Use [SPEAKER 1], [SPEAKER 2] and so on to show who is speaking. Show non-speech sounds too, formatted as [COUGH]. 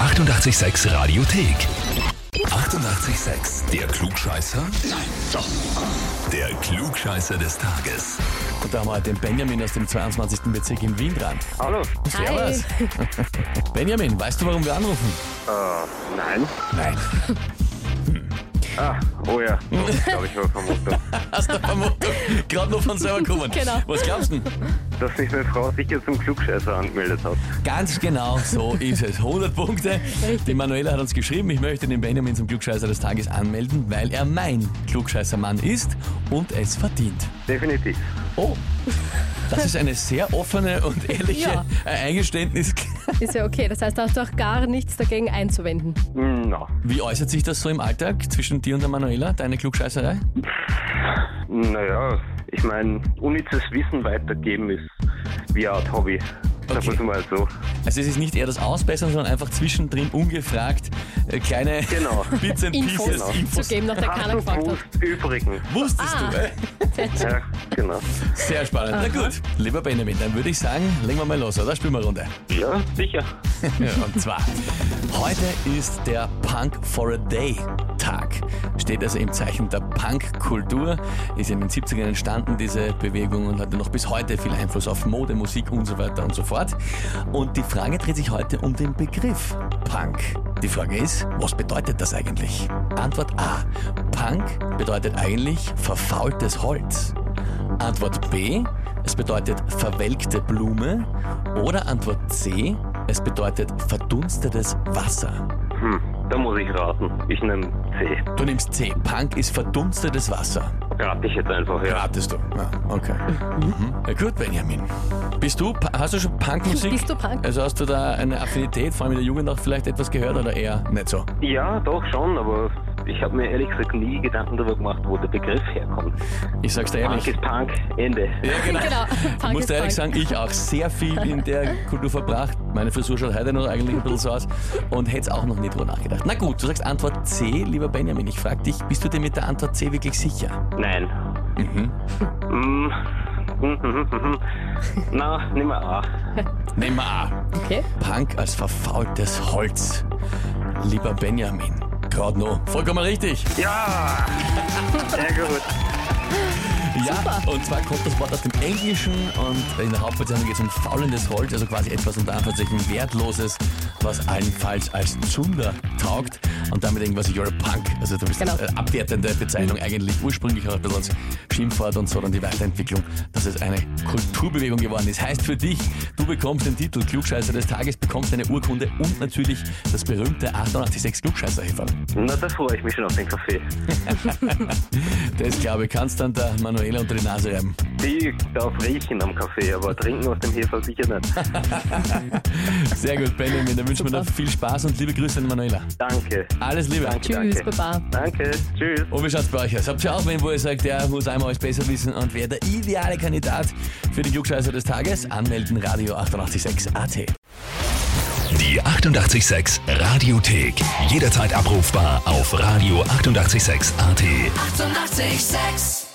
[SPEAKER 1] 886 Radiothek. 88,6. Der Klugscheißer? Nein, doch. Der Klugscheißer des Tages.
[SPEAKER 2] Und da haben wir heute den Benjamin aus dem 22. Bezirk in Wien dran.
[SPEAKER 3] Hallo.
[SPEAKER 2] Servus. Benjamin, weißt du, warum wir anrufen?
[SPEAKER 3] Äh, nein.
[SPEAKER 2] Nein.
[SPEAKER 3] Ah, oh ja. Ich glaube, ich war vermutet.
[SPEAKER 2] [LAUGHS] Hast du Vermutung? Gerade nur von selber kommen.
[SPEAKER 4] Genau.
[SPEAKER 2] Was glaubst du?
[SPEAKER 3] Dass sich meine Frau sicher zum Klugscheißer angemeldet hat.
[SPEAKER 2] Ganz genau so ist es. 100 Punkte.
[SPEAKER 4] Richtig.
[SPEAKER 2] Die Manuela hat uns geschrieben, ich möchte den Benjamin zum Klugscheißer des Tages anmelden, weil er mein Klugscheißermann ist und es verdient.
[SPEAKER 3] Definitiv.
[SPEAKER 2] Oh, das ist eine sehr offene und ehrliche
[SPEAKER 4] Ja.
[SPEAKER 2] äh, Eingeständnis.
[SPEAKER 4] [LAUGHS] Ist ja okay. Das heißt, da hast du auch gar nichts dagegen einzuwenden.
[SPEAKER 3] Hm, Na,
[SPEAKER 2] Wie äußert sich das so im Alltag zwischen dir und der Manuela, deine Klugscheißerei?
[SPEAKER 3] naja, ich meine, unnützes Wissen weitergeben ist wie eine Art Hobby. Sagen wir es
[SPEAKER 2] Okay.
[SPEAKER 3] mal so.
[SPEAKER 2] Also es ist nicht eher das Ausbessern, sondern einfach zwischendrin ungefragt äh, kleine
[SPEAKER 3] Genau.
[SPEAKER 2] [LAUGHS] Bits and
[SPEAKER 4] Infos
[SPEAKER 2] Pieces, Infos.
[SPEAKER 4] zu geben, nach der keiner
[SPEAKER 3] Hast du
[SPEAKER 4] gefragt hat.
[SPEAKER 3] gewusst, übrigens.
[SPEAKER 2] [LAUGHS] Wusstest
[SPEAKER 4] Ah.
[SPEAKER 2] du? Äh?
[SPEAKER 3] Ja, genau.
[SPEAKER 2] Sehr spannend. Na gut, lieber Benjamin, dann würde ich sagen, legen wir mal los, oder? Spielen wir eine Runde.
[SPEAKER 3] Ja, sicher.
[SPEAKER 2] Ja, [LAUGHS] Und zwar, heute ist der Punk for a Day Tag. Steht also im Zeichen der Punk-Kultur. Ist in den 70ern entstanden, diese Bewegung, und hatte noch bis heute viel Einfluss auf Mode, Musik und so weiter und so fort. Und die Frage dreht sich heute um den Begriff Punk. Die Frage ist, was bedeutet das eigentlich? Antwort A. Punk bedeutet eigentlich verfaultes Holz. Antwort B, es bedeutet verwelkte Blume. Oder Antwort C, es bedeutet verdunstetes Wasser.
[SPEAKER 3] Hm, da muss ich raten. Ich nehme C.
[SPEAKER 2] Du nimmst C, Punk ist verdunstetes Wasser.
[SPEAKER 3] Rate ich jetzt einfach, ja.
[SPEAKER 2] Ratest du? Ja, okay. Mhm. Na gut, Benjamin. Bist du, pa- hast du schon Punkmusik?
[SPEAKER 4] Bist du Punk?
[SPEAKER 2] Also hast du da eine Affinität, vor allem in der Jugend auch vielleicht etwas gehört oder eher nicht so?
[SPEAKER 3] Ja, doch schon, aber ich habe mir ehrlich gesagt nie Gedanken darüber gemacht, wo der Begriff herkommt.
[SPEAKER 2] Ich sag's dir
[SPEAKER 3] Punk
[SPEAKER 2] ehrlich.
[SPEAKER 3] ist Punk, Ende.
[SPEAKER 2] Ja,
[SPEAKER 4] Genau.
[SPEAKER 2] Ich
[SPEAKER 4] Punk
[SPEAKER 2] muss
[SPEAKER 4] ist
[SPEAKER 2] dir ehrlich
[SPEAKER 4] Punk.
[SPEAKER 2] sagen, ich auch sehr viel in der Kultur verbracht. Meine Frisur schaut heute noch eigentlich ein bisschen so aus und hätte auch noch nie drüber nachgedacht. Na gut, du sagst Antwort C, lieber Benjamin. Ich frage dich, bist du dir mit der Antwort C wirklich sicher?
[SPEAKER 3] Nein.
[SPEAKER 2] Mhm.
[SPEAKER 3] Mm. Mhm, mhm, mhm. [LAUGHS] Na, nimm mal A.
[SPEAKER 2] Nehmen wir A.
[SPEAKER 4] Okay.
[SPEAKER 2] Punk als verfaultes Holz. Lieber Benjamin. Gerade noch. Vollkommen richtig.
[SPEAKER 3] Ja! Sehr gut.
[SPEAKER 2] Ja, und zwar kommt das Wort aus dem Englischen und in der Hauptbezeichnung geht es um faulendes Holz, also quasi etwas unter Anführungszeichen Wertloses, was allenfalls als Zunder taugt und damit irgendwas You're a Punk, also du bist
[SPEAKER 4] Genau.
[SPEAKER 2] eine abwertende Bezeichnung eigentlich ursprünglich auch ein bisschen als Schimpfwort und so, dann die Weiterentwicklung, dass es eine Kulturbewegung geworden ist. Heißt für dich, du bekommst den Titel Klugscheißer des Tages, bekommst eine Urkunde und natürlich das berühmte 886 klugscheißer -Häferl.
[SPEAKER 3] Na, da freue ich mich schon auf den Kaffee.
[SPEAKER 2] Das glaube ich, kannst dann der Manuela unter die Nase reiben.
[SPEAKER 3] Die darf riechen am Kaffee, aber trinken aus dem Hefer sicher nicht.
[SPEAKER 2] [LAUGHS] Sehr gut, Benjamin. Dann wünschen wir
[SPEAKER 4] Super.
[SPEAKER 2] dir viel Spaß und liebe Grüße an Manuela.
[SPEAKER 3] Danke.
[SPEAKER 2] Alles Liebe.
[SPEAKER 4] Tschüss,
[SPEAKER 3] Danke.
[SPEAKER 4] Baba.
[SPEAKER 3] Danke. Tschüss.
[SPEAKER 2] Und wie schaut's bei euch aus? Habt ihr auch wen, wo ihr sagt, der muss einmal alles besser wissen und wer der ideale Kandidat für den Klugscheißer des Tages? Anmelden, Radio 886 AT.
[SPEAKER 1] Die 88,6 Radiothek. Jederzeit abrufbar auf radio886.at. 88,6.
[SPEAKER 5] Eighty-eight, sex.